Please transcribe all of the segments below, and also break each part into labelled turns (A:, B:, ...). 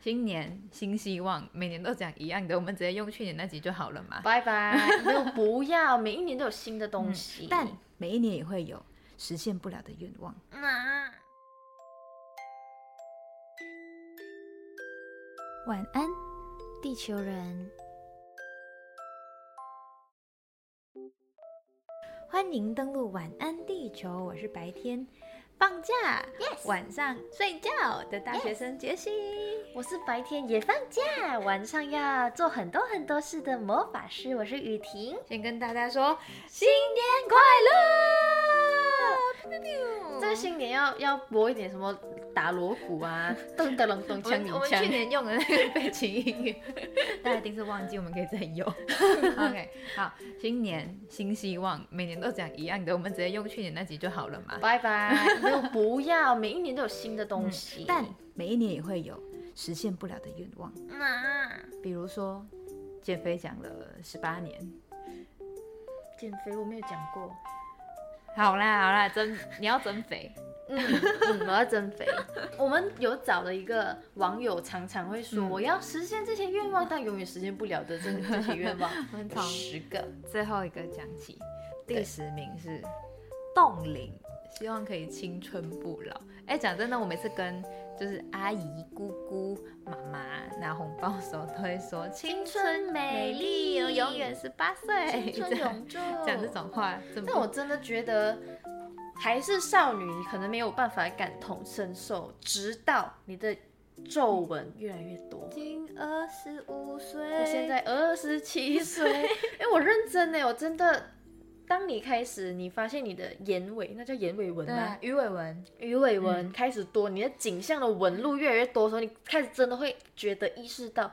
A: 新年新希望，每年都讲一样的，我们直接用去年那集就好了嘛。
B: 拜拜，没有不要，每一年都有新的东西。
A: 嗯但每一年也会有实现不了的愿望。
B: 那
A: 晚安。
C: 地球人，欢迎登录晚安地球，我是白天放假晚上睡觉的大学生杰西。
B: 我是白天也放假，晚上要做很多很多事的魔法师，我是雨婷。
A: 先跟大家说，
B: 新年快乐！这个新年要要播一点什么打锣鼓 啊，咚咚咚咚
A: 我
B: 锵
A: 们我
B: 锵
A: 们去
B: 锵。
A: 年用的那个背景音乐， 大家一定是忘记，我们可以再 用。OK，好，新年新希望，每年都讲一样的，我们直接用去年那集就好了嘛。
B: 拜 拜，没有不要，每一年都有新的东西。
A: 嗯但每一年也会有实现不了的愿望，
B: 那
A: 比如说减肥讲了十八年，
B: 减肥我没有讲过。
A: 好啦好啦，增你要增肥，
B: 嗯，嗯，我要增 肥。我们有找了一个网友，常常会说、
A: 嗯
B: 我要实现这些愿望，但永远实现不了的这这些 愿望
A: 我们从
B: 十个。
A: 最后一个讲起，第
B: 对
A: 十名是冻龄，希望可以青春不老。哎，讲真的，我每次跟就是阿姨、姑姑、妈妈拿红包的时候，都会说青春美丽，我永远十八岁，
B: 青 春
A: 这样
B: 永驻。
A: 讲 这种话，真
B: 但我真的觉得，还是少女，你可能没有办法感同身受，直到你的皱纹越来越多。
A: 今二十五岁，
B: 我现在二 十七岁，哎、我认真呢，我真的。当你开始，你发现你的眼尾，那叫眼尾纹
A: 对
B: 吗？
A: 啊，鱼尾纹，
B: 鱼尾
A: 嗯
B: 纹开始多，你的颈项的纹路越来越多的时候，你开始真的会觉得意识到，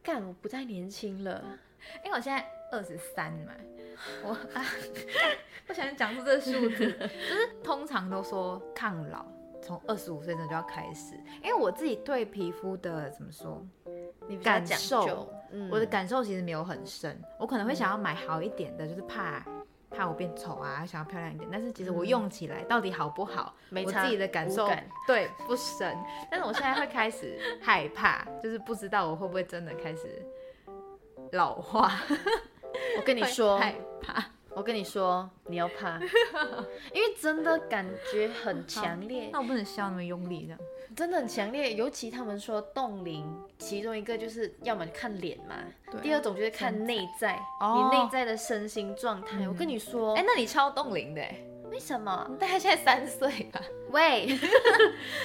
B: 干，我不再年轻
A: 啊
B: 了。
A: 因为我现在二十三嘛，我啊，不想讲出这个数字，就是通常都说抗老，从二十五岁真的就要开始，因为我自己对皮肤的怎么说，
B: 你比较
A: 感
B: 讲
A: 受
B: 究，嗯
A: 我的感受其实没有很深，我可能会想要买好一点的，就是怕。怕我变丑啊，想要漂亮一点，但是其实我用起来到底好不好，
B: 嗯没
A: 我
B: 差
A: 自己的感
B: 无
A: 受
B: 感
A: 对不深。但是我现在会开始害怕，就是不知道我会不会真的开始老化。
B: 我跟你说，
A: 害怕。
B: 我跟你说，你要 怕，因为真的感觉很强烈
A: 那，我不能笑那么用力这样。
B: 真的很强烈。尤其他们说冻龄，其中一个就是要么看脸嘛
A: 对，
B: 第二种就是看内在，
A: 哦
B: 你内在的身心状态。我跟你说，
A: 哎、
B: 哎、
A: 那你超冻龄的欸，
B: 为什么？
A: 你大概现在三岁吧。
B: 喂，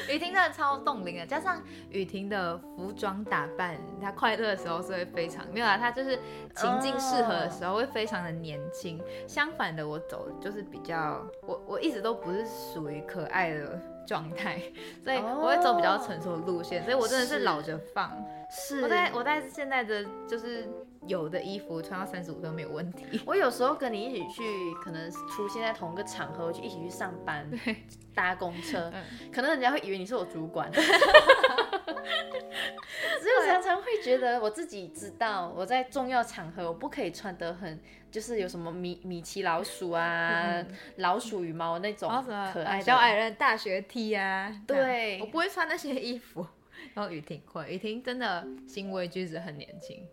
A: 雨婷真的超冻龄的，加上雨婷的服装打扮，她快乐的时候是会非常没有啊，她就是情境适合的时候会非常的年轻。相反的，我走就是比较，我我一直都不是属于可爱的状态，所以我会走比较成熟的路线，所以我真的是
B: 是
A: 老着放。
B: 是
A: 我在我在现在的就是有的衣服穿到三十五都没有问题。
B: 我有时候跟你一起去，可能出现在同一个场合，就一起去上班，搭公车，
A: 嗯
B: 可能人家会以为你是我主 管。 只有
A: 啊
B: 常常会觉得我自己知道，我在重要场合我不可以穿得很，就是有什么米米奇老鼠啊、老鼠羽毛那种
A: 然后嗯哦什么哎
B: 可爱的
A: 小矮人大学 T 啊，
B: 对
A: 这样我不会穿那些衣服。然后雨婷会，雨婷真的行为举止很年轻，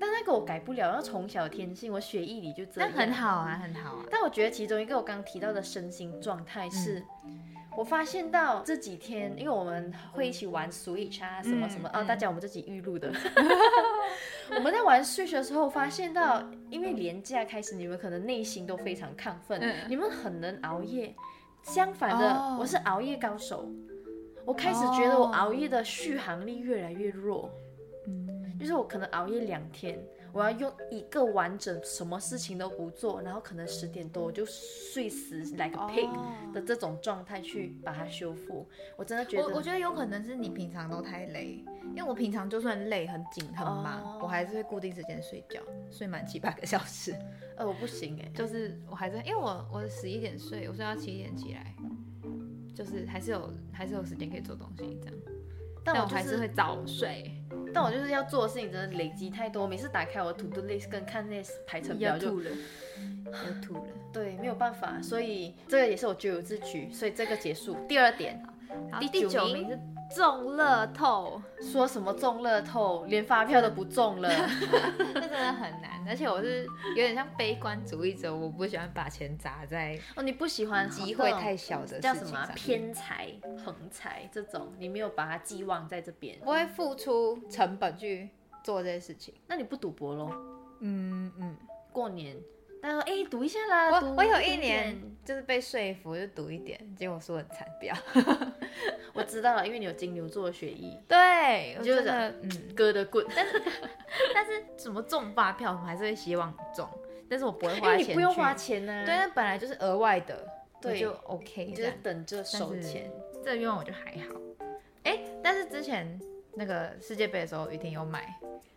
B: 但那个我改不了，那从小天性，我血液里就这
A: 那
B: 样。
A: 很好啊，很好啊。
B: 但我觉得其中一个我刚提到的身心状
A: 嗯
B: 态是，我发现到这几天，因为我们会一起玩 Switch 啊，什么什么、
A: 嗯
B: 啊，
A: 嗯
B: 大家我们自己预录 的。我们在玩 Switch 的时候，发现到，
A: 嗯
B: 因为廉价开始，你们可能内心都非常亢奋，
A: 嗯
B: 你们很能熬夜。相反的，
A: 哦
B: 我是熬夜高手。我开始觉得我
A: 哦
B: 熬夜的续航力越来越弱，
A: 嗯，
B: 就是我可能熬夜两天，我要用一个完整什么事情都不做，然后可能十点多我就睡死来
A: 哦
B: 个 pig 的这种状态去把它修复，我真的觉得
A: 我我觉得有可能是你平常都太累，因为我平常就算累、很紧、很忙，
B: 哦
A: 我还是会固定时间睡觉，睡满七八个小时。
B: 呃我不行哎、
A: 就是我还是因为我我十一点睡，我睡到七点起来，就是还是有还是有时间可以做东西这样，但
B: 但我
A: 我
B: 就
A: 还是会早睡。
B: 但我就是要做的事情真的累积太多，我每次打开我的 to do list 跟看那排程表就
A: 了，要吐了。
B: 对没有办法，所以这个也是我咎由自取，所以这个结束。第二点，
A: 然后
B: 第
A: 第
B: 九
A: 九
B: 名
A: 名是中乐透，
B: 说什么中乐透，连发票都不 中了。
A: 这真的很难，而且我是有点像悲观主义者，我不喜欢把钱砸在
B: 哦，你不喜欢
A: 机
B: 好
A: 会
B: 那种
A: 太小的事哦
B: 叫什
A: 情
B: 么啊
A: 上
B: 偏财、横财这种，你没有把它寄望在这边，
A: 不会付出成本去做这些事情。
B: 那你不赌博咯？
A: 嗯嗯，
B: 过年，大家说哎赌一下啦，
A: 我
B: 赌
A: 我有
B: 赌
A: 一年
B: 点
A: 就是被说服，就赌一点，结果输很惨，不要。
B: 我知道了，因为你有金牛座的血液，
A: 对，我
B: 你就
A: 真
B: 是
A: 的嗯，
B: 哥的 棍，但是
A: 但是什么中发票，我还是会希望中，但是我不会
B: 因
A: 花
B: 为
A: 钱，啊
B: 你不用花，钱呢、
A: 对，那本来就是额外的，
B: 对
A: 你就 OK
B: 你
A: 这
B: 就是
A: 样。
B: 等着收
A: 但是
B: 钱。
A: 这个愿望我就还好。哎，但是之前那个世界杯的时候，雨婷有买，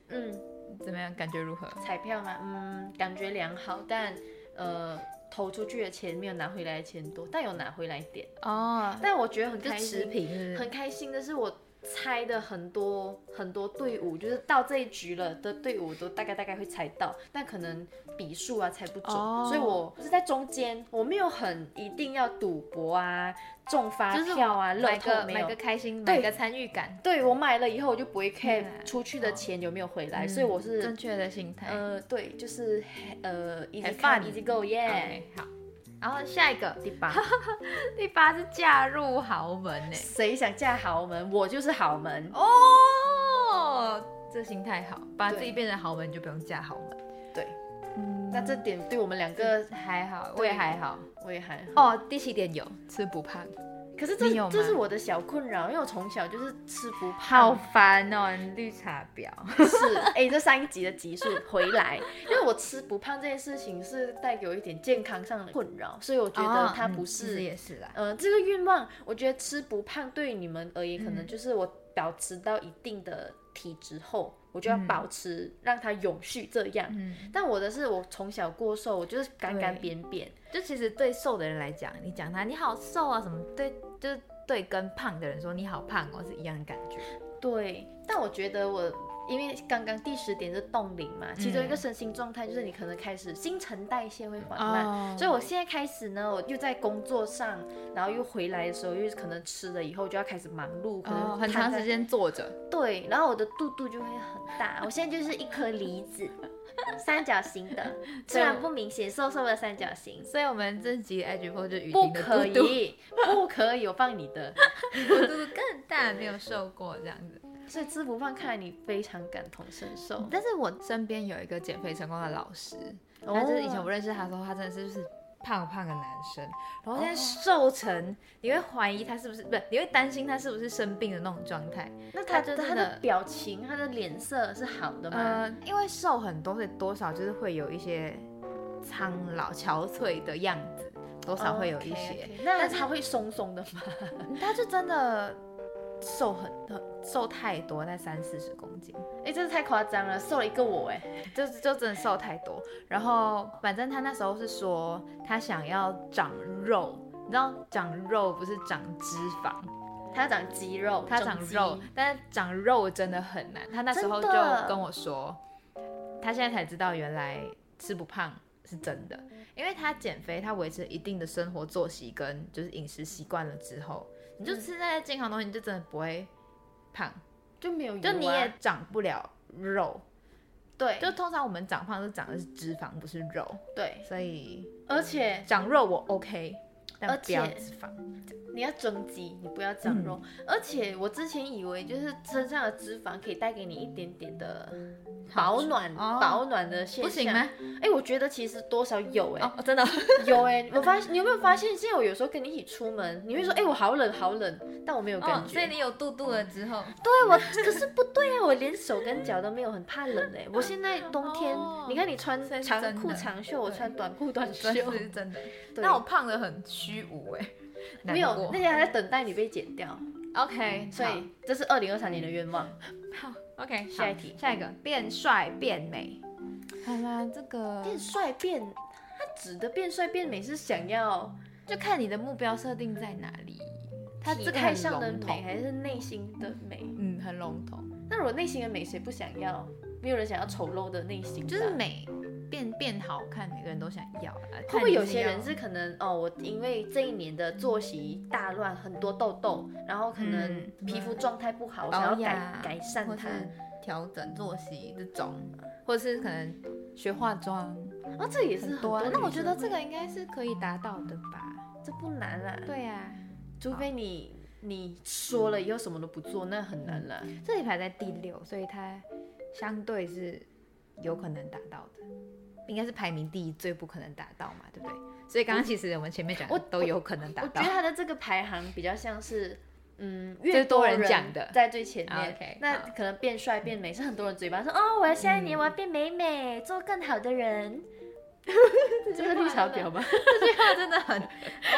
B: 嗯，
A: 怎么样？感觉如何？
B: 彩票嘛，嗯，感觉良好，但呃投出去的钱没有拿回来的钱多，但有拿回来一点，
A: 哦，
B: 但我觉得很
A: 就
B: 开
A: 持
B: 心。
A: 平是不
B: 很
A: 是，
B: 开心的是，我猜的很多很多队伍，就是到这一局了的队伍都大概大概会猜到，但可能笔数啊猜不准
A: 哦
B: 所以我是在中间，我没有很一定要赌博啊、中发
A: 就是
B: 票啊、乐
A: 买
B: 透
A: 个
B: 没
A: 买
B: 有
A: 个。开心，
B: 对
A: 买个参与感，
B: 对我买了以后，我就不会 care
A: 来
B: 出去的钱有没有回来，
A: 哦嗯
B: 所以我
A: 正
B: 是
A: 确的心态。
B: 呃对，就是呃 easy
A: Have
B: come
A: fun
B: easy go yeah，
A: OK，好。然后下一个
B: 第八，
A: 第八是嫁入豪门呢。
B: 谁想嫁豪门，我就是豪门。
A: 哦，这心态好，把
B: 对
A: 自己变成豪门就不用嫁豪门。
B: 对，
A: 嗯，
B: 那这点对我们两个
A: 还好，我
B: 对
A: 也还好。
B: 我也还好。
A: 哦，第七点有吃不胖，
B: 可是
A: 你有
B: 这
A: 吗
B: 这是我的小困扰，因为我从小就是吃不
A: 好
B: 胖，
A: 烦哦，你绿茶婊。
B: 是 哎、这上一集的集数回来，因为我吃不胖这件事情是带给我一点健康上的困扰，所以我觉得它
A: 哦
B: 不
A: 嗯其实
B: 是，
A: 也是啦。
B: 呃，这个愿望，我觉得吃不胖对于你们而言，可能就是
A: 嗯
B: 我保持到一定的体质后，我就要
A: 嗯
B: 保持让它永续这样。
A: 嗯，
B: 但我的是我从小过瘦，我就是干干
A: 对
B: 扁扁，
A: 就其实对瘦的人来讲，你讲他你好瘦啊什么，对，就是对跟胖的人说你好胖哦是一样的感觉。
B: 对，但我觉得我因为刚刚第十点是冻龄嘛，其中一个
A: 嗯
B: 身心状态就是你可能开始新陈代谢会缓慢。
A: 哦
B: 所以我现在开始呢，我又在工作上，然后又回来的时候，又可能吃了以后就要开始忙碌，可能、
A: 哦，很长时。间坐着。
B: 对，然后我的肚肚就会很大，我现在就是一颗梨子，三角形的，虽然不明显，瘦瘦的三角形。
A: 所以我们这集 IG p 就雨
B: 不
A: 婷的
B: 可
A: 肚肚，
B: 以，不可以，我放你的。
A: 我肚肚更大，没有瘦过这样子。
B: 所以吃不胖，看来你非常感同身受。
A: 但是我身边有一个减肥成功的老师，
B: 哦
A: 他就是以前我认识他的时候，他真的是就是胖胖的男生，然后现在瘦成，你会怀疑他是不是不是，你会担心他是不是生病的那种状态。
B: 那
A: 他
B: 他
A: 就
B: 的
A: 真
B: 他
A: 的
B: 的表情、他的脸色是好的吗？
A: 呃，因为瘦很多，所以多少就是会有一些苍老憔悴的样子，多少会有一些。嗯
B: OK，OK 哦那他会松松的 吗？
A: 他就真的瘦很很瘦太多，在三四十公斤。
B: 哎，真的太夸张了，瘦了一个我哎。
A: 就就真的瘦太多。然后反正他那时候是说他想要长肉，你知道长肉不是长脂肪，
B: 他长肌肉，
A: 他长
B: 整肌
A: 肉，但是长肉真的很难。他那时候就
B: 真的
A: 跟我说，他现在才知道原来吃不胖是真的，因为他减肥，他维持一定的生活作息跟就是饮食习惯了之后，你就吃那些健康的东西，你就真的不会胖，
B: 就没有油啊，
A: 就你也长不了肉。
B: 对，
A: 就通常我们长胖都长的是脂肪，不是肉。
B: 对，
A: 所以
B: 而且
A: 长肉我 OK，但
B: 而
A: 不要
B: 且
A: 脂肪。
B: 你要增肌，你不要长肉。而且我之前以为就是身上的脂肪可以带给你一点点的保暖，
A: 哦
B: 保暖的现象。
A: 不行吗？？
B: 哎，我觉得其实多少有哎。
A: 哦，真的，
B: 有哎、我 发现你有没有发现，现在我有时候跟你一起出门，你会说，哎、我好冷，好冷，但我没有感
A: 哦，
B: 觉。
A: 所以你有肚肚了之后，
B: 对 我，可是不对啊，我连手跟脚都没有，很怕冷哎、我现在冬天，
A: 哦
B: 你看你穿
A: 所以是
B: 长
A: 真
B: 裤
A: 的
B: 长袖，我
A: 对
B: 穿短裤短袖
A: 真， 的是真的。
B: 对
A: 那我胖的很虚无哎，难
B: 没有
A: 过
B: 那些还在等待你被剪掉，
A: OK，
B: 所以这是二零二三年的愿望。
A: 好好 OK，
B: 下一
A: 好
B: 题
A: 下一个变帅变美。好啦，这个
B: 变帅变，他指的变帅变美是想要
A: 就看你的目标设定在哪里。它这
B: 体
A: 个
B: 态
A: 很
B: 上的
A: 笼
B: 美
A: 统，
B: 还是内心的美？
A: 嗯，很笼统，啊
B: 那如果内心的美，谁不想要？没有人想要丑陋的内心吧，
A: 就是美变变好看，每个人都想要啊。
B: 会
A: 看
B: 不会
A: 你
B: 有
A: 是
B: 些
A: 要
B: 人是可能哦，我因为这一年的作息大乱，很多痘痘，然后可能
A: 嗯
B: 皮肤状态不好，我想
A: 保
B: 要
A: 养
B: 改改善
A: 或是
B: 它。
A: 调整作息这种，或者是可能学化妆
B: 哦，这也是
A: 很
B: 很
A: 多
B: 多
A: 啊。
B: 女生会。
A: 那我觉得这个应该是可以达到的吧？
B: 这不难啊啦，
A: 对啊呀、
B: 除非你你说了以后什么都不做，那很难啦。
A: 这里排在第六，所以它相对是有可能达到的，应该是排名第一最不可能达到嘛，对不对？所以刚刚其实我们前面讲的
B: 我
A: 都有可能达
B: 我
A: 到
B: 觉得，他的这个排行比较像是，嗯，
A: 是
B: 越
A: 多人
B: 人
A: 讲的
B: 在最前
A: 啊
B: 面。
A: ，OK，
B: 那
A: 好
B: 可能变帅变美是很多人嘴巴说哦，我要下一年
A: 嗯
B: 我要变美美，做更好的 人。这是绿茶婊吧？
A: 这句话真的 很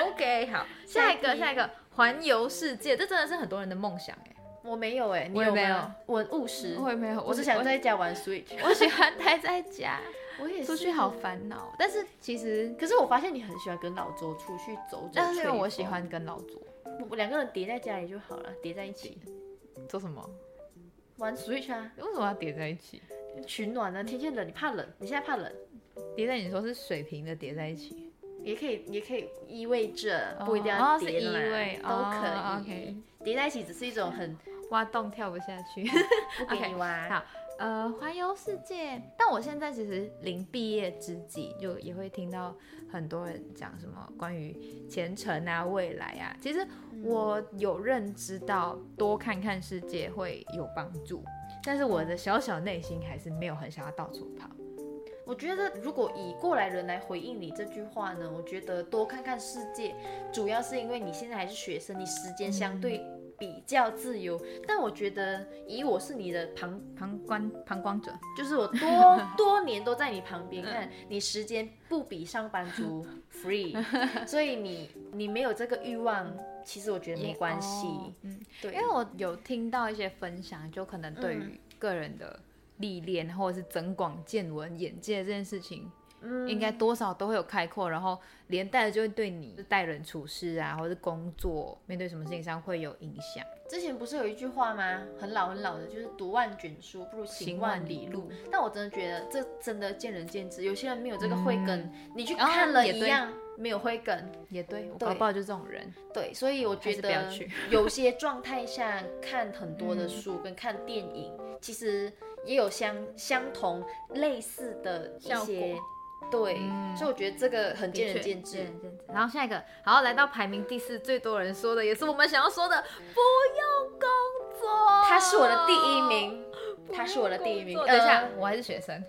A: OK。好，下一个，
B: 下一题
A: 下一个，环游世界，这真的是很多人的梦想哎、
B: 我没有哎，你
A: 我也
B: 有
A: 没有嗯
B: 有？我很务实，
A: 也没有
B: 我只想在家玩 Switch。
A: 我喜欢待在家，
B: 我也
A: 出去好。烦恼。 但是其实，
B: 可是我发现你很喜欢跟老周出去走走。
A: 但是因为
B: 吹
A: 我
B: 风
A: 喜，欢跟老左
B: 我我两个人叠在家里就好了，叠在一起
A: 做什么？
B: 玩 Switch 啊，
A: 为什么要叠在一起？
B: 取暖啊。天气冷，你怕冷，你现在怕冷，
A: 叠在你说是水平的叠在一起，
B: 也可以也可以依偎着，
A: 哦
B: 不一定要
A: 哦是
B: 叠
A: 依
B: 的啦
A: 偎哦
B: 都可以
A: OK。
B: 叠在一起只是一种很
A: 挖洞跳不下去。
B: 不给你玩。
A: 好呃，环游世界，但我现在其实临毕业之际，就也会听到很多人讲什么关于前程啊、未来啊。其实我有认知到多看看世界会有帮助，但是我的小小内心还是没有很想要到处跑。
B: 我觉得如果以过来人来回应你这句话呢，我觉得多看看世界，主要是因为你现在还是学生，你时间相对比较自由。但我觉得以我是你的旁，
A: 旁观旁观者，
B: 就是我多多年都在你旁边看，你时间不比上班族 free，所以你你没有这个欲望，其实我觉得没关系。
A: 哦嗯，
B: 对，嗯
A: 因为我有听到一些分享，就可能对于个人的历练或者是增广见闻、眼界这件事情，
B: 嗯
A: 应该多少都会有开阔，然后连带的就会对你待人处事啊，或者是工作面对什么事情上会有影响。
B: 之前不是有一句话吗？很老很老的，就是读万卷书不如行万里路。
A: 行万
B: 但我真的觉得这真的见仁见智，有些人没有这个慧根，
A: 嗯
B: 你去
A: 哦
B: 看了
A: 也对
B: 一样、没有慧根。
A: 也对，我
B: 对
A: 搞不好就这种人，
B: 对，所以我觉
A: 还是不要
B: 得
A: 去 嗯
B: 有些状态下看很多的书跟看电影，其实也有相相同类似的一
A: 效
B: 些
A: 果。
B: 对，
A: 嗯
B: 所以我觉得这个很见
A: 的
B: 仁
A: 确
B: 见智
A: 见。仁见智。然后下一个，好，来到排名第四，最多人说的，也是我们想要说的，不用工作。
B: 他是我的第一，名，
A: 哦
B: 他是我的第一名。
A: 等一下
B: 呃，，
A: 我还是学 生，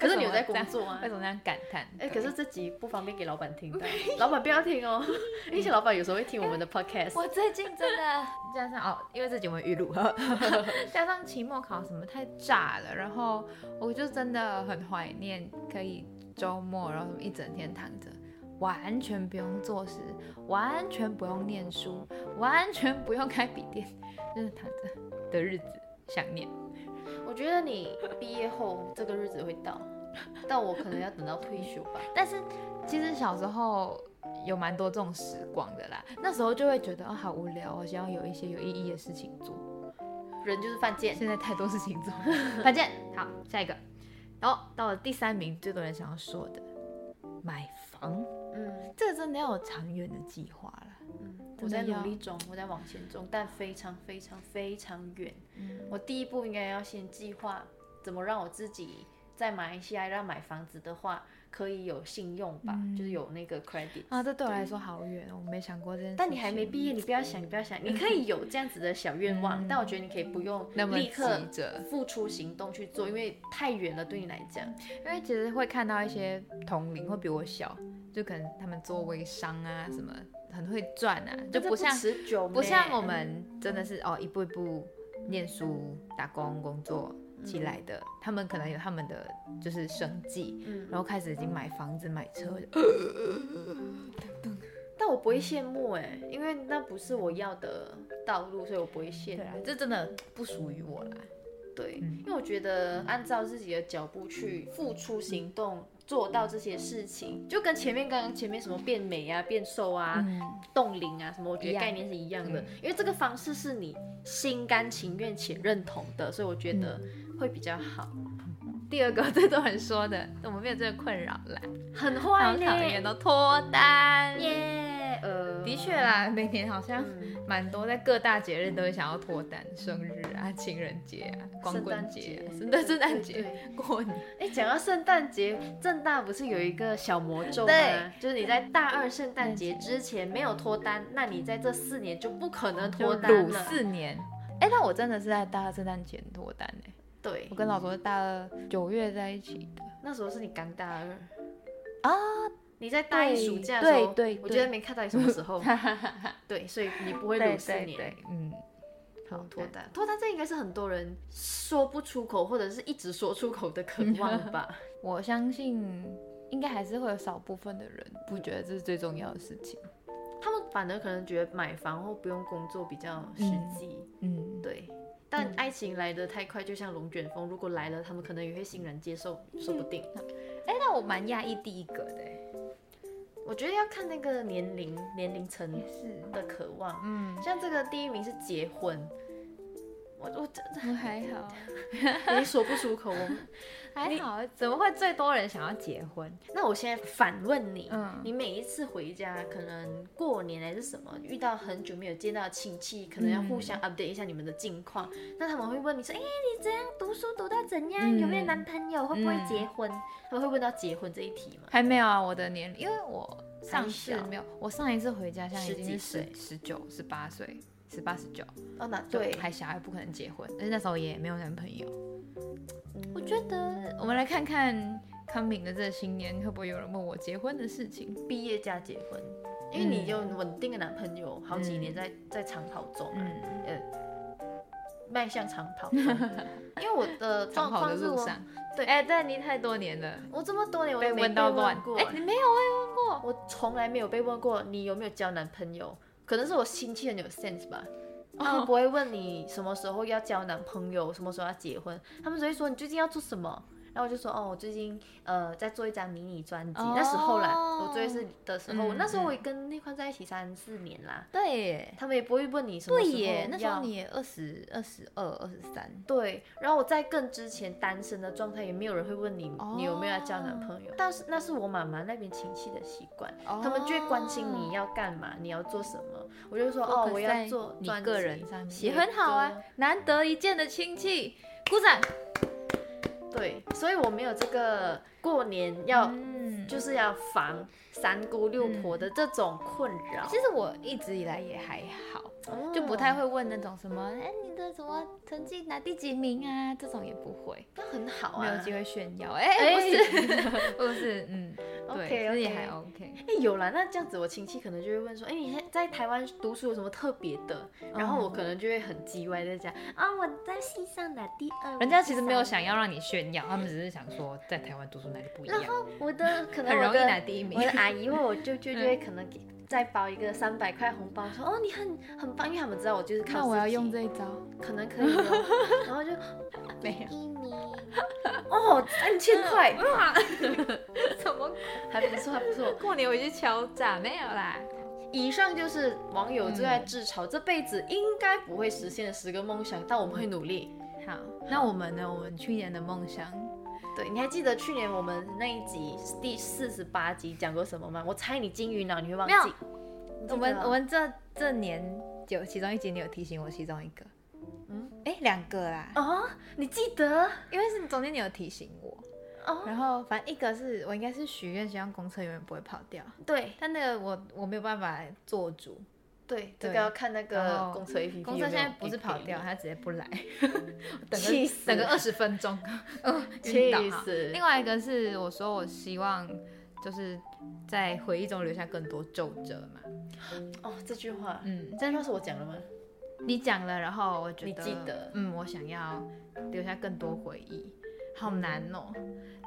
B: 可是你有在
A: 为什么
B: 工作啊
A: 为什么这样感叹？
B: 哎、可是这集不方便给老板听到，老板不要听 哦，因为老板有时候会听我们的
A: 哎
B: podcast。
A: 我最近真的加上哦，因为这节目预录， 加上期末考什么太炸了，然后我就真的很怀念可以周末然后什么一整天躺着，完全不用做事，完全不用念书，完全不用开笔电，就是躺着的日子，想念。
B: 我觉得你毕业后这个日子会 到，但我可能要等到退休吧。
A: 但是其实小时候有蛮多这种时光的啦，那时候就会觉得啊、好无聊哦，我想要有一些有意义的事情做。
B: 人就是犯贱，
A: 现在太多事情 做，反正好，下一个，然后到了第三名，最多人想要说的，买房，
B: 嗯
A: 这个真的要有长远的计划了。
B: 嗯，
A: 真
B: 我
A: 的
B: 在
A: 要
B: 努力中，我在往前中，但非常非常非常远。
A: 嗯，
B: 我第一步应该要先计划怎么让我自己在马来西亚要买房子的话，可以有信用吧，
A: 嗯
B: 就是有那个 credit。
A: 啊，这对我来说好远哦，我没想过这件事情。
B: 但你还没毕业，你不要想，你不要想，你可以有这样子的小愿望，
A: 嗯
B: 但我觉得你可以不用
A: 那么
B: 立刻
A: 急着
B: 付出行动去做，因为太远了对你来讲。
A: 因为其实会看到一些同龄会比我小，就可能他们做微商啊什么，很会赚啊，就
B: 这
A: 不像
B: 持久，
A: 不像我。们真的是哦一步一步念书、打工、工作起来的，他们可能有他们的就是生计，
B: 嗯，
A: 然后开始已经买房子、买 车，
B: 但我
A: 嗯
B: 不会羡慕哎、因为那不是我要的道路，所以我不会羡
A: 对啊
B: 慕。，
A: 这真的不属于我啦。
B: 对，
A: 嗯
B: 因为我觉得按照自己的脚步去付出行
A: 嗯
B: 动，做到这些事情，就跟前面刚刚前面什么变美啊、变瘦啊、
A: 嗯，
B: 冻龄啊什么，我觉
A: 一
B: 得
A: 样
B: 概念是一样的，
A: 嗯
B: 因为这个方式是
A: 嗯
B: 你心甘情愿且认同的，所以我觉得会比较好。
A: 第二个最多人说的，我们没有这个困扰啦，
B: 很
A: 好
B: 坏
A: 讨厌
B: 嘞。
A: 哦，脱单。
B: 耶，呃，
A: 的确啦，每年好像
B: 嗯，
A: 蛮多，在各大节日都会想要脱单，生日啊、情人节啊、光棍节、啊、
B: 圣
A: 圣诞圣诞
B: 对
A: 节、
B: 对
A: 过年，
B: 哎，讲到圣诞节，正大不是有一个小魔咒吗？
A: 对，
B: 就是你在大二圣诞节之前没有脱单，那你在这四年就不可能脱
A: 就
B: 单
A: 鲁
B: 了。
A: 四年。哎、那我真的是在大二圣诞前脱单哎、
B: 对
A: 我，跟老卓大二九月在一起的。
B: 那时候是你刚大二，
A: 啊，
B: 你在大一
A: 对
B: 暑假的时候，
A: 对对
B: 我觉得没看到你什么 时候，对，所以你不会
A: 对
B: 鲁四
A: 对
B: 年。
A: 对，嗯，好
B: 脱单，脱单这应该是很多人说不出口，或者是一直说出口的渴望 吧。
A: 我相信应该还是会有少部分的人不觉得这是最重要的事情。
B: 他们反而可能觉得买房或不用工作比较实际，
A: 嗯，
B: 对。但爱情来得太快，就像龙卷风，如果来了，他们可能也会欣然接受，说不定。
A: 哎、那我蛮讶异第一个的、欸，
B: 我觉得要看那个年龄、年龄层
A: 是，
B: 的渴望。
A: 嗯，
B: 像这个第一名是结婚，我我真
A: 我还好，
B: 的也说不出口哦。
A: 还好，啊怎么会最多人想要结婚？
B: 那我现在反问你，
A: 嗯
B: 你每一次回家，可能过年还是什么，遇到很久没有见到的亲戚，可能要互
A: 嗯
B: 相 update 一下你们的近况。那他们会问你说，哎、你怎样读书读到怎样，
A: 嗯
B: 有没有男朋友，会不会
A: 嗯
B: 结婚？他们会问到结婚这一题吗？
A: 还没有啊，我的年龄，因为我上次
B: 还小
A: 没有，我上一次回家现在已
B: 十几
A: 经是
B: 岁
A: 十十九、十八岁。十八十九，
B: 哦，那
A: 就
B: 对，
A: 还小，还不可能结婚，而且那时候也没有男朋友。
B: 嗯
A: 我觉得我们来看看康敏的这新年会不会有人问我结婚的事情。
B: 毕业加结婚，因为你有稳定的男朋友，好几年在、在长跑中、啊，
A: 嗯，
B: 迈向长跑中。 因为我的
A: 长
B: 状
A: 跑的
B: 况是
A: 路
B: 我，
A: 上，
B: 对
A: 哎、但你太多年了，
B: 我这么多年我也
A: 被
B: 没
A: 问到乱
B: 过、
A: 哎、
B: 哎
A: 你没有哎、
B: 我从来没有被问过你有没有交男朋友，可能是我亲戚很有 sense 吧，他们不会问你什么时候要交男朋友，什么时候要结婚，他们只会说你最近要做什么。然后我就说哦，我最近呃在做一张迷你专辑，
A: 哦
B: 那时候啦，我最是的时候，
A: 嗯
B: 那时候
A: 嗯
B: 我也跟那宽在一起三四年啦，
A: 对耶，
B: 他们也不会问你什么
A: 对
B: 时候
A: 耶，那时
B: 要
A: 候你也二十二、十二、二十三，
B: 对，然后我在更之前单身的状态，也没有人会问你、
A: 哦
B: 你有没有要交男朋友，但是那是我妈妈那边亲戚的习惯，
A: 哦
B: 他们就会关心你要干嘛，你要做什么。我就说哦
A: focus，
B: 我
A: 在
B: 要做
A: 你
B: 专
A: 个
B: 辑
A: 人上面
B: 写
A: 也很好啊
B: 歌，
A: 难得一见的亲戚，鼓掌。
B: 对，所以我没有这个过年要、
A: 嗯，就
B: 就是要防三姑六婆的这种困扰，
A: 其实我一直以来也还好，
B: 哦
A: 就不太。会问那种什么，哎、你的什么成绩拿第几名啊，这种也不会，
B: 那很好啊，
A: 没有机会炫耀。哎、
B: 哎
A: 不是， 不是，嗯，对，
B: OK，OK
A: 其实也还 OK。哦
B: 哎、有啦，那这样子，我亲戚可能就会问说，哎、你在台湾读书有什么特别的？然后我
A: 嗯
B: 可能就会很叽歪在讲，啊、我在系上拿第二，
A: 人家其实没有想要让你炫耀，他们只是想说在台湾读书哪里不一样，
B: 然后我的可能
A: 很
B: 我
A: 容易拿
B: 的
A: 第一名
B: 我。的阿姨或我舅舅就
A: 嗯
B: 会可能给再包一个三百块红包，说哦你很很棒，因为他们知道我就是 靠
A: 那我
B: 自
A: 要
B: 己
A: 用这一招，
B: 可能可以哦，然后就
A: 没有
B: 一米哦三千
A: 嗯
B: 块，
A: 哇，怎么
B: 还不错还不错。
A: 过年回去敲诈？没有啦，
B: 以上就是网友最
A: 嗯
B: 爱自嘲，这辈子应该不会实现的十个梦想，但我们会努力。
A: 好，那我们呢？我们去年的梦想，
B: 对，你还记得去年我们那一集第四十八集讲过什么吗？我猜你金鱼脑你会忘记
A: 没有。
B: 你记得
A: 我们
B: 啊
A: 我们这这年有其中一集你有提醒我其中一个，
B: 嗯
A: 嗯，哎，两个啦，
B: 哦，你记得
A: 因为是中间你有提醒我，
B: 哦？
A: 然后反正一个是我应该是许愿，希望公车永远不会跑掉，
B: 对
A: 但那个我我没有办法做主，
B: 对，这
A: 对
B: 个要看那
A: 然
B: 个
A: 后
B: 公车 APP 有没有 APP。
A: 公车现在不是跑掉，它直接不来，我 等
B: 气
A: 个
B: 死
A: 等个二十分钟， 嗯，晕倒
B: 气
A: 哈
B: 死！
A: 另外一个是我说我希望就是在回忆中留下更多皱褶嘛，
B: 哦，这句话，
A: 嗯，
B: 这句话是我讲的吗？
A: 你讲了，然后我觉得
B: 你记得
A: 嗯，我想要留下更多回忆，好难哦。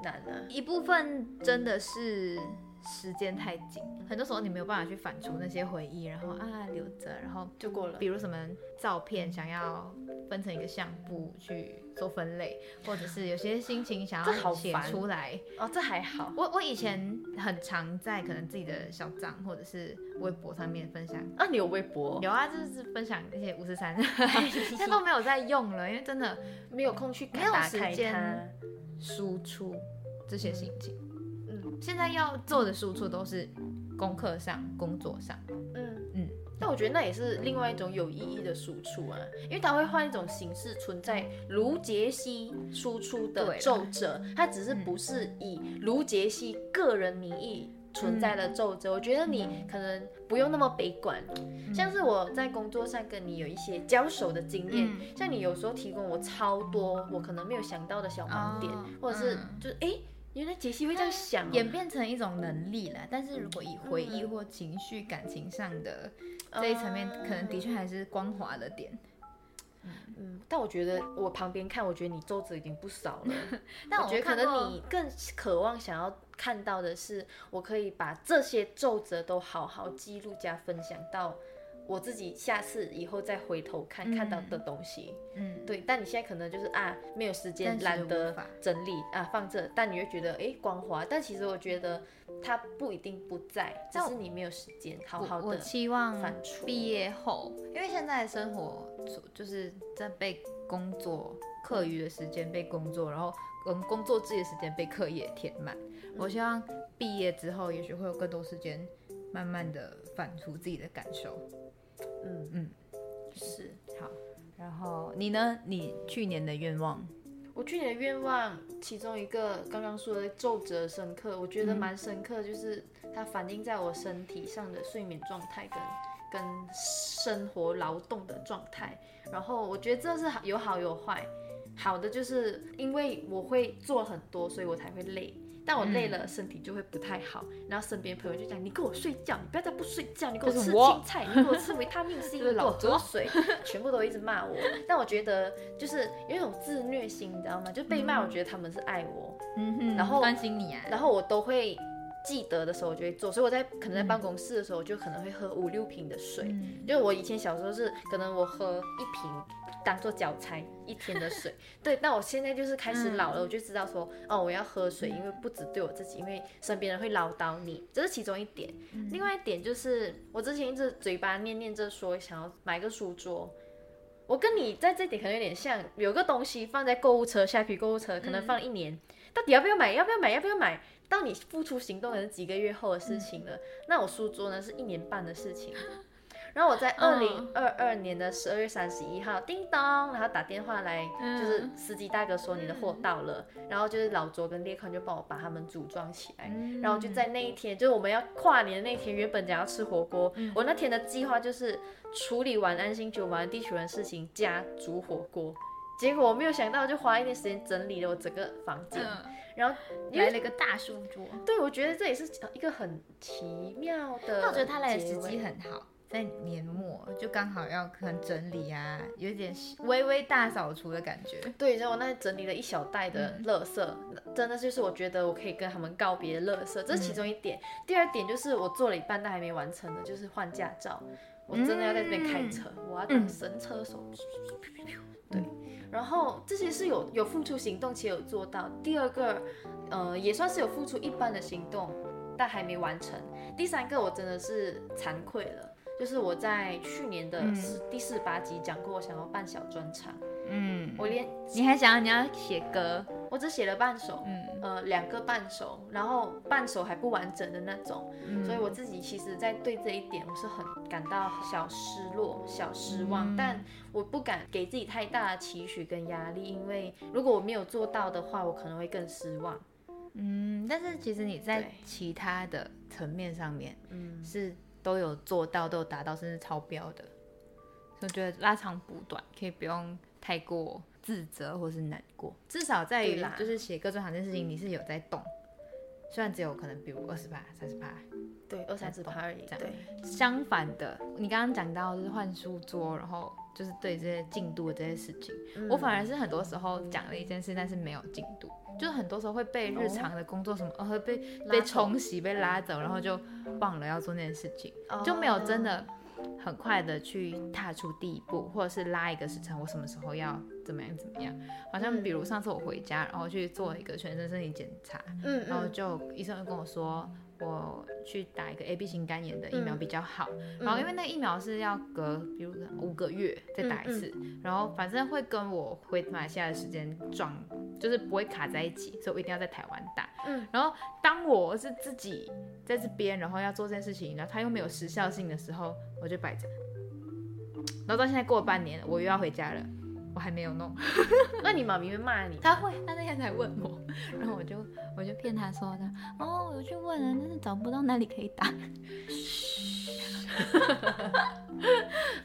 B: 难啊，
A: 一部分真的是时间太紧，很多时候你没有办法去反刍那些回忆，然后啊留着，然后
B: 就过了
A: 比。如什么照片想要分成一个相簿去做分类，或者是有些心情想
B: 这好
A: 要写
B: 烦
A: 出来。
B: 哦，这还好。
A: 我我以前很常在可能自己的小账或者是微博上面分享，
B: 啊，你有微博？
A: 有啊，就是分享那些五十三，现在都没有在用了，因为真的
B: 没有空去
A: 没有
B: 打
A: 时
B: 开
A: 间
B: 它。
A: 输出这些心情。
B: 嗯
A: 现在要做的输出都是功课上、工作上。
B: 嗯嗯
A: 嗯。
B: 但我觉得那也是另外一种有意义的输出啊，因为它会换一种形式存在。卢杰西输出
A: 对
B: 的
A: 啦嗯
B: 皱褶，它只是不是以卢杰西个人名义存在
A: 嗯
B: 的皱褶。我觉得你可能不用那么悲观，
A: 嗯
B: 像是我在工作上跟你有一些交手的经验，
A: 嗯
B: 像你有时候提供我超多我可能没有想到的小盲点，
A: 哦
B: 或者是
A: 嗯
B: 就是诶，原来杰西会这样想、哦，
A: 演变成一种能力啦。但是如果以回忆
B: 嗯
A: 或情绪、感情上的这一层面，可能的确还是光滑的点。
B: 嗯，但我觉得我旁边看，我觉得你皱褶已经不少 了。
A: 但
B: 我觉得可
A: 哦看过
B: 能你更渴望想要看到的是，我可以把这些皱褶都好好
A: 嗯
B: 记录加分享到我自己下次以后再回头看、看到的东西。
A: 嗯，
B: 对，但你现在可能就是啊，没有时间，
A: 暂时
B: 懒
A: 无
B: 得
A: 法
B: 整理啊，放这，但你会觉得诶光滑，但其实我觉得它不一定不在，只
A: 但我
B: 是你没有时间好好
A: 我我
B: 的。
A: 期望
B: 反刍
A: 毕业后，因为现在的生活就就是在被工作课余的时间被工作，然后我们工作自己的时间被课业填满。
B: 嗯
A: 我希望毕业之后，也许会有更多时间，慢慢的反刍自己的感受。
B: 嗯
A: 嗯，
B: 是。
A: 好，然后你呢？你去年的愿望？
B: 我去年的愿望其中一个刚刚说的皱褶深刻，我觉
A: 嗯
B: 得蛮深刻，就是它反映在我身体上的睡眠状态跟跟生活劳动的状态。然后我觉得这是好有好有坏，好的就是因为我会做很多，所以我才会累。但我累
A: 嗯
B: 了，身体就会不太好。然后身边朋友就讲：“你给我睡觉，你不要再不睡觉，你给我
A: 就是
B: 吃
A: 我
B: 青菜，你给我吃维他命 C，你
A: 是
B: 给我
A: 老
B: 喝水，全部都一直骂我。”但我觉得就是有一种自虐心，你知道吗？就被骂，我觉得他们是爱我，
A: 嗯哼，
B: 然后
A: 关心你啊。
B: 然后我都会记得的时候，我就会做。所以我在可能在办公室的时候，我就可能会喝五六瓶的水。
A: 嗯
B: 就我以前小时候是，可能我喝一瓶当做脚才一天的水，对。但我现在就是开始老了，我就知道说，哦，我要喝水，因为不只对我自己，因为身边人会唠叨你，这是其中一点。另外一点就是，我之前一直嘴巴念念着说想要买个书桌。我跟你在这点可能有点像，有个东西放在购物车，下一批购物车可能放一年，到底要不要买？要不要买？要不要买？到你付出行动可能是几个月后的事情
A: 嗯
B: 了。那我书桌呢是一年半的事情。然后我在二零
A: 嗯
B: 二二年的十二月三十一号，叮咚，然后打电话来，
A: 嗯
B: 就是司机大哥说你的货到了，然后就是老卓跟烈宽就帮我把他们组装起来，
A: 嗯
B: 然后就在那一天，就是我们要跨年的那天，原本讲要吃火锅，
A: 嗯
B: 我那天的计划就是处理完安心酒、完安地球人的事情加煮火锅，结果我没有想到，就花一点时间整理了我整个房间，
A: 嗯
B: 然后因
A: 来
B: 为
A: 了个大书桌。
B: 对我觉得这也是一个很奇妙的，
A: 那我觉得他来的时机。很好，在年末就刚好要可能整理啊，有一点微微大扫除的感觉。
B: 对，然后我那整理了一小袋
A: 嗯
B: 的垃圾，真的就是我觉得我可以跟他们告别的垃圾，这
A: 嗯
B: 是其中一点。第二点就是我做了一半但还没完成的，就是换驾照，我真的要在这边开车，
A: 嗯
B: 我要当神车手。对，然后这些是有有付出行动且有做到。第二个，呃，也算是有付出一般的行动，但还没完成。第三个，我真的是惭愧了。就是我在去年的
A: 嗯
B: 四、第四十八集讲过，我想要办小专场，
A: 嗯，
B: 我连
A: 你还想要你要写歌？
B: 我只写了半首，
A: 嗯
B: 呃，两个半首，然后半首还不完整的那种，
A: 嗯
B: 所以我自己其实，在对这一点我是很感到小失落、小失望，
A: 嗯
B: 但我不敢给自己太大的期许跟压力，因为如果我没有做到的话，我可能会更失望。
A: 嗯，但是其实你在
B: 对
A: 其他的层面上面
B: 嗯，
A: 是都有做到，都有达到，甚至超标的。所以我觉得拉长补短，可以不用太过自责或是难过。至少在
B: 啊对
A: 于
B: 啦
A: 就是写歌专场这件事情，你是有在动，虽然只有可能比如二十八、三十八，
B: 对，二三十趴而已。
A: 这样
B: 对，
A: 相反的，你刚刚讲到就是换书桌，然后就是对这些进度的这些事情，
B: 嗯
A: 我反而是很多时候讲了一件事，但是没有进度，就是很多时候会被日常的工作什么，呃、会被
B: 拉
A: 被
B: 走嗯
A: 冲洗、被拉走，然后就忘了要做那件事情，
B: 哦
A: 就没有真的很快的去踏出第一步，或者是拉一个时辰，我什么时候要怎么样怎么样。好像比如上次我回家，然后去做一个全身身体检查，
B: 嗯
A: 然后
B: 嗯，
A: 就医生就跟我说，我去打一个 A B 型肝炎的疫苗
B: 嗯
A: 比较好。然后因为那个疫苗是要隔，比如五个月再
B: 嗯
A: 打一次，然后反正会跟我回马来西亚的时间撞，就是不会卡在一起，所以我一定要在台湾打。
B: 嗯，
A: 然后当我是自己在这边，然后要做这件事情，然后它又没有时效性的时候，我就摆着。然后到现在过了半年，我又要回家了，我还没有弄。
B: 那你妈咪会骂你？
A: 他会，他那天才问我，然后我就我就骗他说的，哦，我去问了，但是找不到哪里可以打。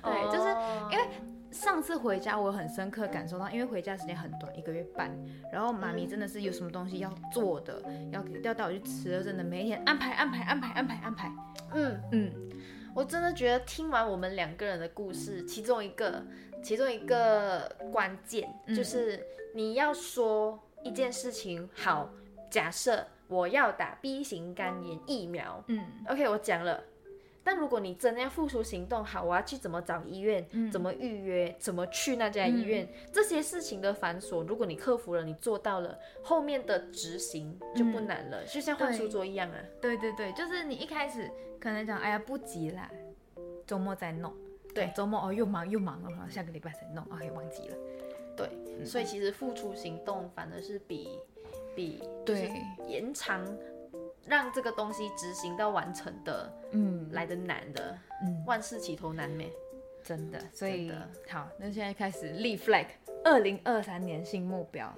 A: 对就是因
B: 为
A: 上次回家我很深刻感受到，因为回家时间很短，一个月半，然后妈咪真的是有什么东西要做的，要给要带我去吃的，真的每一天安排安排安排安排安排，
B: 嗯。
A: 嗯，
B: 我真的觉得听完我们两个人的故事，其中一个，其中一个关键、
A: 嗯
B: 就是你要说一件事情好，假设我要打 B 型肝炎疫苗
A: 嗯
B: ，OK，我讲了。但如果你真的要付出行动，好，我要去怎么找医院，
A: 嗯
B: 怎么预约，怎么去那家医院，这些事情的繁琐，如果你克服了，你做到了，后面的执行就不
A: 嗯
B: 难了，就像换
A: 对
B: 书桌一样啊。
A: 对对对，就是你一开始可能讲，哎呀不急啦，周末再弄，
B: 对
A: 周末哦又忙又忙，然后下个礼拜再弄，哎忘记了，
B: 对，所以其实付出行动反而是比比就是
A: 对
B: 延长让这个东西执行到完成的
A: 嗯
B: 来的难的，
A: 嗯，
B: 万事起头难咩？
A: 真的，所以
B: 真的
A: 好，那现在开始立 flag，二零二三年新目标。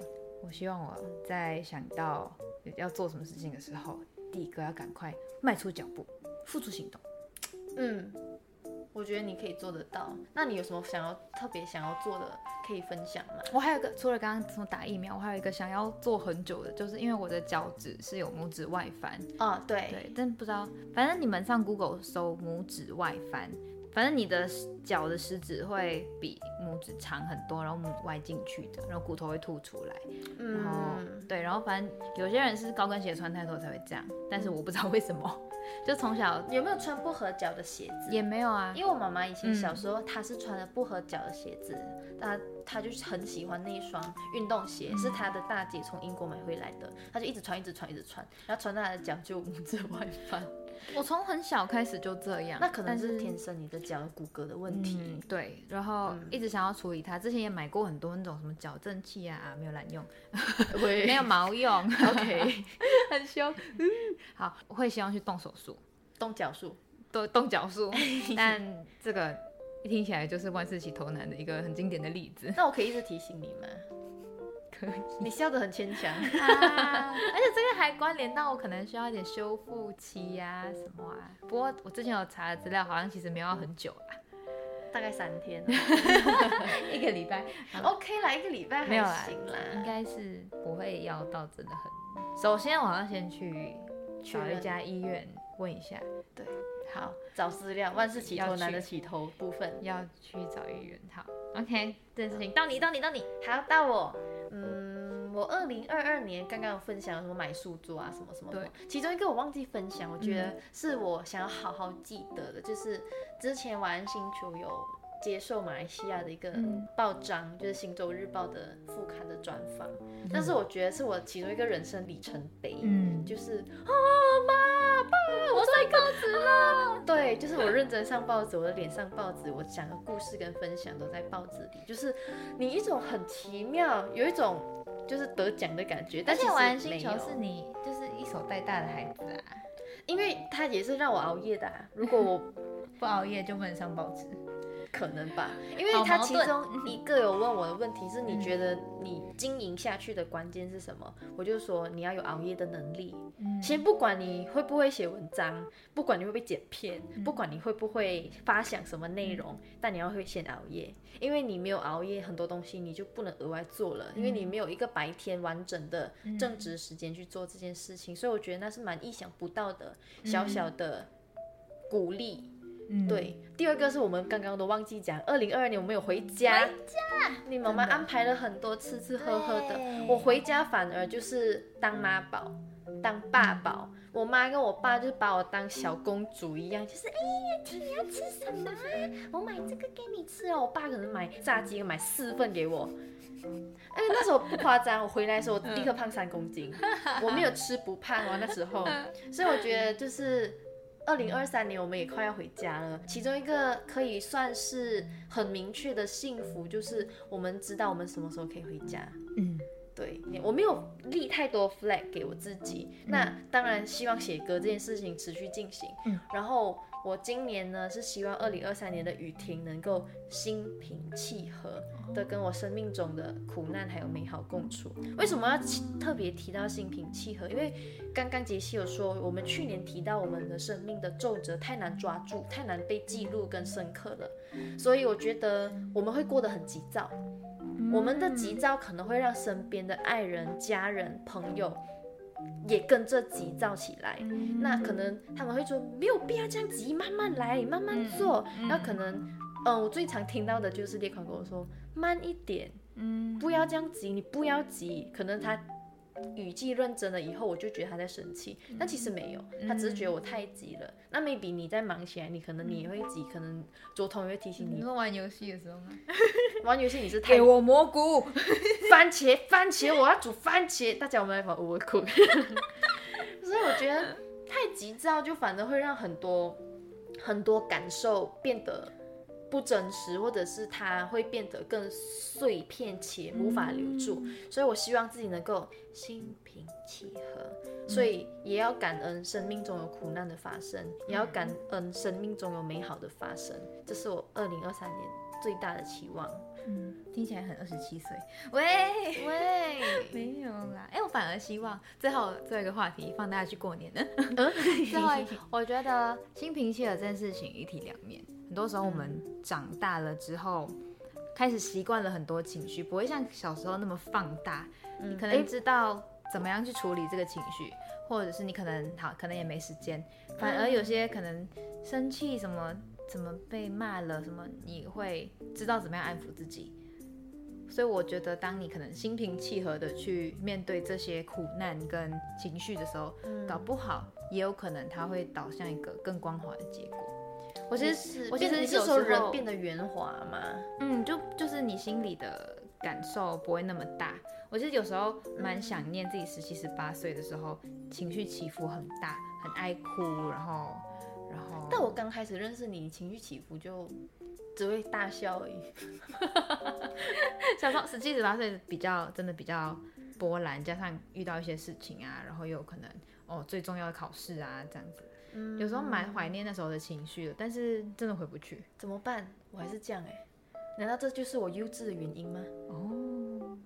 A: 我希望我在想到要做什么事情的时候，第一个要赶快迈出脚步，付出行动。
B: 嗯，我觉得你可以做得到。那你有什么想要特别想要做的可以分享吗？
A: 我还有一个，除了刚刚从打疫苗，我还有一个想要做很久的，就是因为我的脚趾是有拇指外翻，
B: 哦，对，
A: 对，但不知道，反正你们上 Google 搜拇指外翻，反正你的脚的食指会比拇指长很多，然后拇指歪进去的，然后骨头会凸出来。然后
B: 嗯，
A: 对，然后反正有些人是高跟鞋穿太多才会这样，但是我不知道为什么， 就从小
B: 有没有穿不合脚的鞋子？
A: 也没有啊，
B: 因为我妈妈以前
A: 嗯
B: 小时候，她是穿了不合脚的鞋子，她她就是很喜欢那一双运动鞋，是她的大姐从英国买回来的，她就一直穿，一直穿，一直穿，然后穿到她的脚就拇指外翻，
A: 我从很小开始就这样，
B: 那可能
A: 但
B: 是
A: 是
B: 天生你的脚的骨骼的问题。
A: 嗯，对，然后一直想要处理它，之前也买过很多那种什么矫正器啊，啊没有懒用，
B: 喂
A: 嗯没有毛 用，
B: OK，
A: 很凶，嗯好，我会希望去动手术，
B: 动脚术，
A: 动动脚 术，但这个一听起来就是万事起头难的一个很经典的例子，
B: 那我可以一直提醒你吗？
A: 可以。
B: 你笑得很牵强。
A: 啊，而且这个还关联到我可能需要一点修复期呀、什么啊。不过我之前有查的资料，好像其实没有要很久啦，
B: 大概三天啊、
A: 一个礼拜，
B: OK 啦，一个礼拜
A: 没有
B: 还
A: 啦
B: 行
A: 应
B: 啦。
A: 该是不会要到真的很。首先，我要先去
B: 确
A: 找
B: 认
A: 一家医院问一下，
B: 对，
A: 好，
B: 找资料，万事起
A: 要
B: 头难
A: 去
B: 的起头部分。
A: 要去找医院，好，OK，这件事情到你，到你，到你，
B: 好，到我，嗯，我二零二二年刚刚有分享什么买书桌啊，什么什么什么，其中一个我忘记分享，我
A: 嗯
B: 觉得是我想要好好记得的，就是之前晚安星球有接受马来西亚的一个
A: 嗯
B: 报章，就是《星洲日报》的副刊的专访，但是我觉得是我其中一个人生里程碑，
A: 嗯，
B: 就是啊妈爸，我上报纸了。对，就是我认真上报纸，我的脸上报纸，我讲的故事跟分享都在报纸里，就是你一种很奇妙，有一种就是得奖的感觉。
A: 而
B: 但
A: 且
B: 其实
A: 玩星
B: 没
A: 球
B: 有
A: 是你就是一手带大的孩子啊，
B: 因为它也是让我熬夜的、啊，如果我
A: 不熬夜就不能上报纸，
B: 可能吧，因为
A: 嗯好
B: 他
A: 矛
B: 其
A: 盾
B: 中一个有问我的问题是，
A: 嗯
B: 你觉得你经营下去的关键是什么？我就说你要有熬夜的能力。
A: 嗯
B: 先不管你会不会写文章，不管你会不会剪片，
A: 嗯
B: 不管你会不会发想什么内容，但你要会先熬夜，因为你没有熬夜，很多东西你就不能额外
A: 嗯
B: 做了，因为你没有一个白天完整的正职时间去做这件事情，所以我觉得那是蛮意想不到的小小的鼓励。
A: 嗯，
B: 对，第二个是我们刚刚都忘记讲，二零二二年我们有回家，你妈妈
A: 真的
B: 安排了很多吃吃喝喝的
C: 对，
B: 我回家反而就是当妈宝，当爸宝。我妈跟我爸就是把我当小公主一样，就是哎呀，天你要吃什么啊？我买这个给你吃哦。我爸可能买炸鸡，买四份给我。哎，那时候不夸张，我回来的时候我立刻胖三公斤，我没有吃不胖哦，那时候。所以我觉得就是二零二三年我们也快要回家了，其中一个可以算是很明确的幸福，就是我们知道我们什么时候可以回家。
A: 嗯，
B: 对，我没有立太多 flag 给我自己。那当然，希望写歌这件事情持续进行。
A: 嗯，
B: 然后我今年呢是希望二零二三年的雨婷能够心平气和的跟我生命中的苦难还有美好共处。为什么要提特别提到心平气和？因为刚刚杰西有说，我们去年提到我们的生命的皱褶太难抓住，太难被记录跟深刻了，所以我觉得我们会过得很急躁。我们的急躁可能会让身边的爱人、家人、朋友也跟着急躁起来。
A: 嗯
B: 那可能他们会说没有必要这样急，慢慢来，慢
A: 嗯
B: 慢做。那可能，嗯、我最常听到的就是列款跟我说慢一点，
A: 嗯，
B: 不要这样急，你不要急。可能他语气认真了以后，我就觉得他在生气，
A: 嗯
B: 但其实没有，他只是觉得我太急了。那 maybe 你在忙起来，你可能
A: 嗯
B: 你也会急，可能卓彤也会提醒
A: 你
B: 你，
A: 说玩游戏的时候吗？
B: 玩游戏你是太
A: 给我蘑菇，
B: 番茄，番茄，我要煮番茄。大家我们来玩 overcook。所以我觉得太急躁，就反而会让很多很多感受变得不真实，或者是它会变得更碎片且无法留住。
A: 嗯
B: 所以我希望自己能够心平气和，所以也要感恩生命中有苦难的发生，也要感恩生命中有美好的发生。这是我二零二三年最大的期望。
A: 嗯，听起来很二十七岁。喂，
B: 喂，
A: 没有啦，哎，我反而希望最后最后一个话题放大家去过 年呢。
B: 嗯
A: 最后 一，我觉得心平气和这件事情一体两面。很多时候我们长大了之后，开始习惯了很多情绪，不会像小时候那么放大。你可
B: 嗯诶
A: 能知道怎么样去处理这个情绪，或者是你可能好，可能也没时间。反而有些可能生气什么，怎么被骂了什么，你会知道怎么样安抚自己。所以我觉得，当你可能心平气和的去面对这些苦难跟情绪的时候，搞不好也有可能它会导向一个更光滑的结果。我觉
B: 其
A: 得，
B: 实
A: 我
B: 觉
A: 觉
B: 得
A: 得
B: 你
A: 有时
B: 是说
A: 候
B: 人变得圆滑嘛？
A: 嗯，就就是你心里的感受不会那么大。我其实有时候蛮想念自己十七、十八岁的时候，情绪起伏很大，很爱哭，然后，然后，
B: 但我刚开始认识你，情绪起伏就只会大笑而已。
A: 小时候十七十八岁比较真的比较波澜，加上遇到一些事情啊，然后又有可能哦最重要的考试啊这样子，有时候蛮怀念那时候的情绪的，但是真的回不去
B: 怎么办？我还是这样哎、难道这就是我幼稚的原因吗？
A: 哦。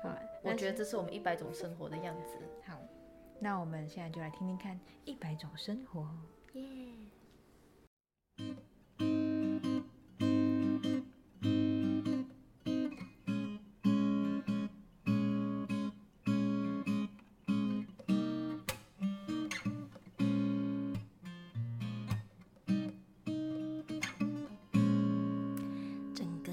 A: 好啊，
B: 我觉
A: 得
B: 得这是我们一百种生活的样子。
A: 好，那我们现在就来听听看《一百种生活》。
B: 耶、
D: 整个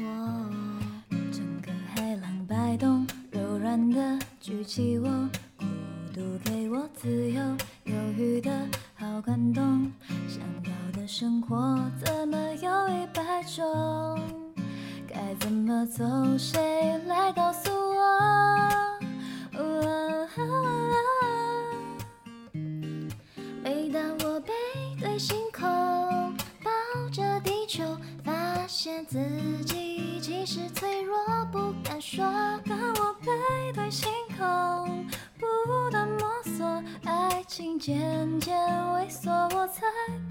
D: 涡。整个海浪摆动，柔软的举起我，孤独给我自由，犹豫的好感动。想要的生活怎么有一百种？该怎么走？谁来告诉我？哦啊每当我背对星空，抱着地球，发现自己其实脆弱，不敢说。当我背对星空，不断摸索，爱情渐渐萎缩，我猜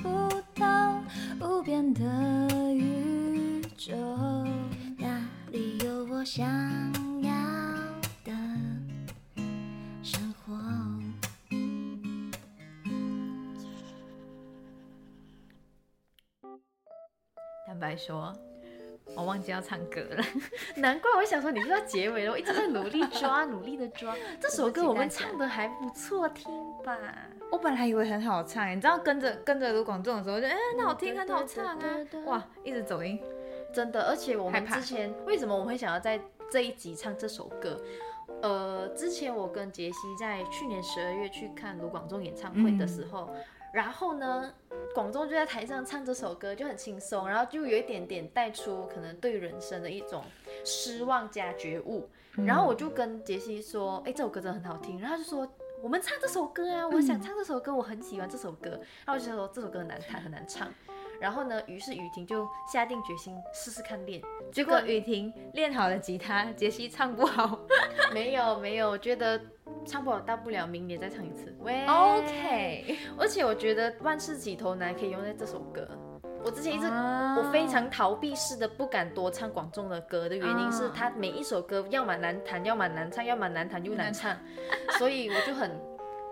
D: 不到无边的宇宙，哪里有我想要的生活？
A: 说，我忘记要唱歌了。
B: 难怪我想说你是要结尾了，我一直在努力抓，努力的抓。这首歌我们唱的还不错，听吧。
A: 我本来以为很好唱，欸你知道跟着跟着卢广仲的时候就，哎、很好听，
B: 对
A: 很
B: 对
A: 好
B: 对
A: 唱
B: 对
A: 啊
B: 对，
A: 哇，一直走音。
B: 真的，而且我
A: 害
B: 们
A: 怕
B: 之前为什么我会想要在这一集唱这首歌？呃，之前我跟杰西在去年十二月去看卢广仲演唱会的时候，然后呢，广仲就在台上唱这首歌，就很轻松，然后就有一点点带出可能对人生的一种失望加觉悟。然后我就跟杰西说：“哎、这首歌真的很好听。”然后他就说。我们唱这首歌啊！我想唱这首歌，我很喜欢这首歌。然后我就说这首歌很难弹，很难唱。然后呢，于是雨婷就下定决心试试看练。
A: 结果雨婷练好了吉他，杰西唱不好。
B: 没有没有，我觉得唱不好大不了明年再唱一次。喂
A: 哎 OK，
B: 而且我觉得万事起头难可以用在这首歌。我之前一直、
A: 啊
B: 我非常逃避式的不敢多唱广众的歌的原因是，
A: 啊
B: 他每一首歌要么难弹，要么难唱，要么难弹又难 唱，所以我就很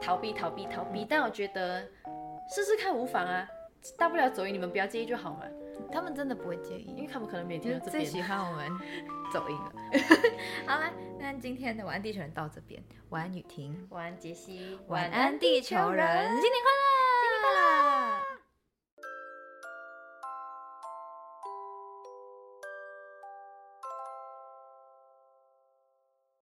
B: 逃避逃避逃
A: 嗯
B: 避。但我觉得试试看无妨啊，大不了走音你们不要介意就好嘛，
A: 他们真的不会介
B: 因
A: 意，
B: 为他们可能每
A: 就
B: 天
A: 是
B: 都
A: 嗯
B: 这
A: 最
B: 边。
A: 喜欢我 们走音了。好啦，那今天的晚安地球人到这边，晚安雨婷，
B: 晚安，杰西。
A: 晚安地球人，新年快乐，新年快乐。